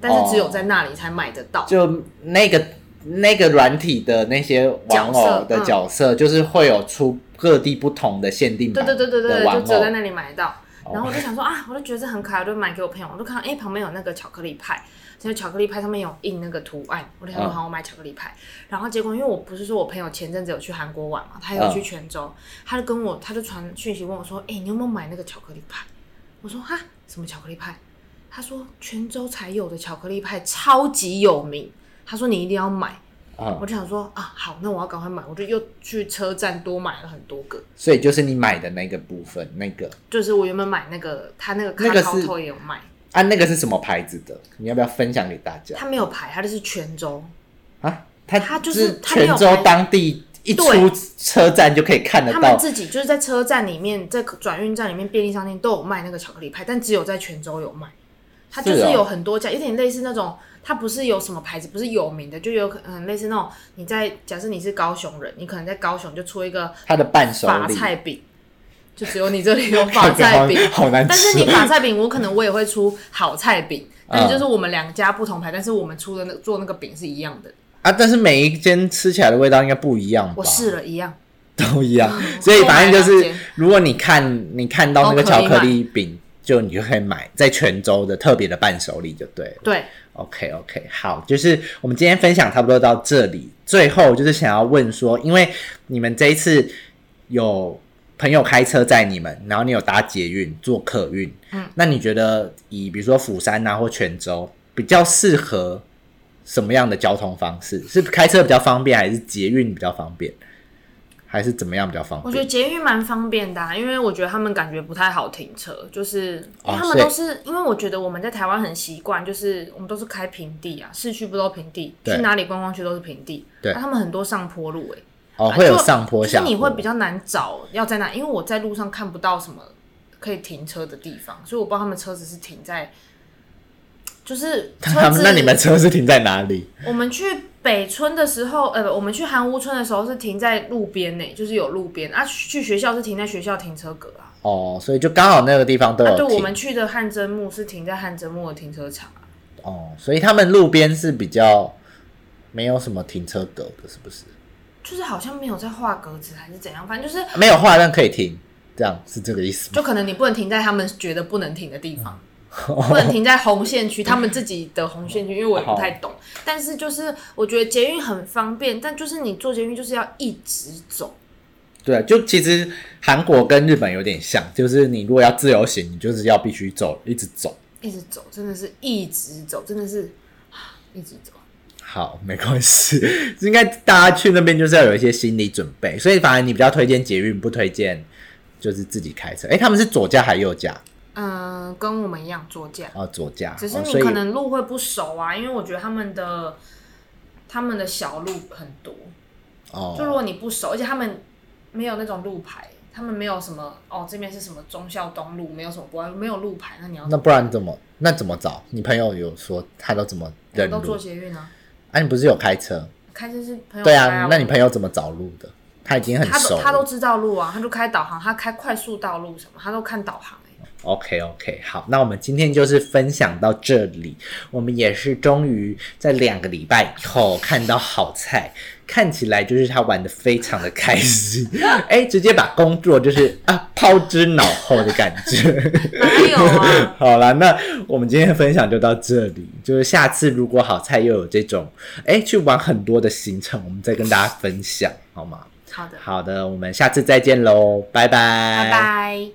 Speaker 3: 但是只有在那里才买得到。
Speaker 1: 就那个那个软体的那些玩偶的
Speaker 3: 角色嗯
Speaker 1: 角色，就是会有出各地不同的限定
Speaker 3: 对
Speaker 1: 版
Speaker 3: 对对对
Speaker 1: 的哦
Speaker 3: 对，
Speaker 1: 玩
Speaker 3: 就只有在
Speaker 1: 偶。
Speaker 3: 那里买得到。然后我就想说啊，我就觉得这很可爱，我就买给我朋友。我就看到哎、旁边有那个巧克力派，所以巧克力派上面有印那个图案，我就想说
Speaker 1: 嗯
Speaker 3: 好，我买巧克力派。然后结果因为我不是说我朋友前阵子有去韩国玩嘛，他有
Speaker 1: 嗯
Speaker 3: 去泉州，他就跟我他就传讯息问我说，哎、你有没有买那个巧克力派？我说哈，什么巧克力派？他说泉州才有的巧克力派超级有名，他说你一定要买。
Speaker 1: 啊、
Speaker 3: 我就想说啊，好，那我要赶快买，我就又去车站多买了很多个。
Speaker 1: 所以就是你买的那个部分，那个
Speaker 3: 就是我原本买那个，他那个
Speaker 1: 那
Speaker 3: 卡
Speaker 1: 个
Speaker 3: 高
Speaker 1: 是
Speaker 3: 头也有卖，
Speaker 1: 啊，那个是什么牌子的？你要不要分享给大家
Speaker 3: 他没有牌，他就是泉州，
Speaker 1: 啊？它
Speaker 3: 它就是是它没
Speaker 1: 泉
Speaker 3: 有
Speaker 1: 州
Speaker 3: 牌
Speaker 1: 当地一出
Speaker 3: 对
Speaker 1: 车站就可以看得
Speaker 3: 他
Speaker 1: 到
Speaker 3: 们自己就是在车站里面，在转运站里面便利商店都有卖那个巧克力派，但只有在泉州有卖。它就是
Speaker 1: 是哦
Speaker 3: 有很多家，有点类似那种，它不是有什么牌子，不是有名的，就有可能类似那种，你在假设你是高雄人，你可能在高雄就出一个
Speaker 1: 它的伴手
Speaker 3: 法
Speaker 1: 礼，
Speaker 3: 菜饼，就只有你这里有法
Speaker 1: 看起来
Speaker 3: 菜
Speaker 1: 好
Speaker 3: 饼，
Speaker 1: 好难吃。
Speaker 3: 但是你法菜饼，我可能我也会出好菜饼，但是
Speaker 1: 嗯
Speaker 3: 就是我们两家不同牌，但是我们出的那做那个饼是一样的。
Speaker 1: 啊，但是每一间吃起来的味道应该不一样吧？
Speaker 3: 我试了一样，
Speaker 1: 都一样，所以反正就
Speaker 3: 我买
Speaker 1: 是
Speaker 3: 两间，
Speaker 1: 如果你看你看到那个巧克力饼，就你就可以买在泉州的特别的伴手礼就对了。
Speaker 3: 对，
Speaker 1: OK OK，好，就是我们今天分享差不多到这里，最后就是想要问说，因为你们这一次有朋友开车载你们，然后你有搭捷运坐客运，
Speaker 3: 嗯，
Speaker 1: 那你觉得以比如说釜山啊或泉州比较适合什么样的交通方式？是开车比较方便，还是捷运比较方便，还是怎么样比较方便？
Speaker 3: 我觉得捷运蛮方便的、啊，因为我觉得他们感觉不太好停车，就是因
Speaker 1: 哦
Speaker 3: 为他
Speaker 1: 是
Speaker 3: 们都是因为我觉得我们在台湾很习惯，就是我们都是开平地啊，市区不都平地，
Speaker 1: 对
Speaker 3: 去哪里观光区都是平地，啊
Speaker 1: 对
Speaker 3: 那他们很多上坡路、欸，
Speaker 1: 哦，
Speaker 3: 啊
Speaker 1: 会有
Speaker 3: 就
Speaker 1: 上坡下
Speaker 3: 就
Speaker 1: 坡，
Speaker 3: 是你会比较难找要在哪，因为我在路上看不到什么可以停车的地方，所以我不知道他们车子是停在，就是
Speaker 1: 他
Speaker 3: 车
Speaker 1: 们
Speaker 3: 子。
Speaker 1: 那你们车是停在哪里？
Speaker 3: 我们去北村的时候，呃，不我们去韩屋村的时候是停在路边呢、就是有路边啊。去去学校是停在学校停车格啊。
Speaker 1: 哦，所以就刚好那个地方都
Speaker 3: 啊，
Speaker 1: 有
Speaker 3: 对，
Speaker 1: 哦停。
Speaker 3: 我们去的汗蒸木是停在汗蒸木的停车场啊。
Speaker 1: 哦，所以他们路边是比较没有什么停车格的，是不是？
Speaker 3: 就是好像没有在画格子还是怎样，反正就是
Speaker 1: 没有画但可以停，这样是这个意思吗？
Speaker 3: 就可能你不能停在他们觉得不能停的地方，不能停在红线区，他们自己的红线区，因为我也不太懂。但是就是我觉得捷运很方便，但就是你坐捷运就是要一直走，
Speaker 1: 对，啊就其实韩国跟日本有点像，就是你如果要自由行，你就是要必须走，一直走。
Speaker 3: 一直走，真的是一直走，真的是啊一直走。
Speaker 1: 好，没关系，应该大家去那边就是要有一些心理准备，所以反而你比较推荐捷运，不推荐就是自己开车。诶，他们是左驾还右驾？
Speaker 3: 嗯，跟我们一样座驾，
Speaker 1: 哦，左驾。
Speaker 3: 只是
Speaker 1: 哦
Speaker 3: 你
Speaker 1: 所以
Speaker 3: 可能路会不熟啊，因为我觉得他们的他们的小路很多，
Speaker 1: 哦，
Speaker 3: 就如果你不熟，而且他们没有那种路牌，他们没有什么哦，这边是什么忠孝东路，没有什么不安，没有路牌，那你要
Speaker 1: 那不然怎么？那怎么找？你朋友有说他都怎么
Speaker 3: 我
Speaker 1: 认
Speaker 3: 都坐
Speaker 1: 路？
Speaker 3: 捷运啊，
Speaker 1: 啊，你不是有开车？
Speaker 3: 开车是朋友
Speaker 1: 对
Speaker 3: 开
Speaker 1: 啊，那你
Speaker 3: 我
Speaker 1: 朋友怎么找路的？他已经很
Speaker 3: 他
Speaker 1: 熟
Speaker 3: 都
Speaker 1: 了。
Speaker 3: 他都知道路啊，他就开导航，他开快速道路什么，他都看导航、欸
Speaker 1: OK OK，好，那我们今天就是分享到这里。我们也是终于在两个礼拜以后看到好菜，看起来就是他玩的非常的开 心，哎，直接把工作就是啊抛之脑后的感 觉。
Speaker 3: 哪 有啊？
Speaker 1: 好啦，那我们今天的分享就到这里。就是下次如果好菜又有这种哎去玩很多的行程，我们再跟大家分享好吗？
Speaker 3: 好的，
Speaker 1: 好的，我们下次再见喽，拜拜，
Speaker 3: 拜拜。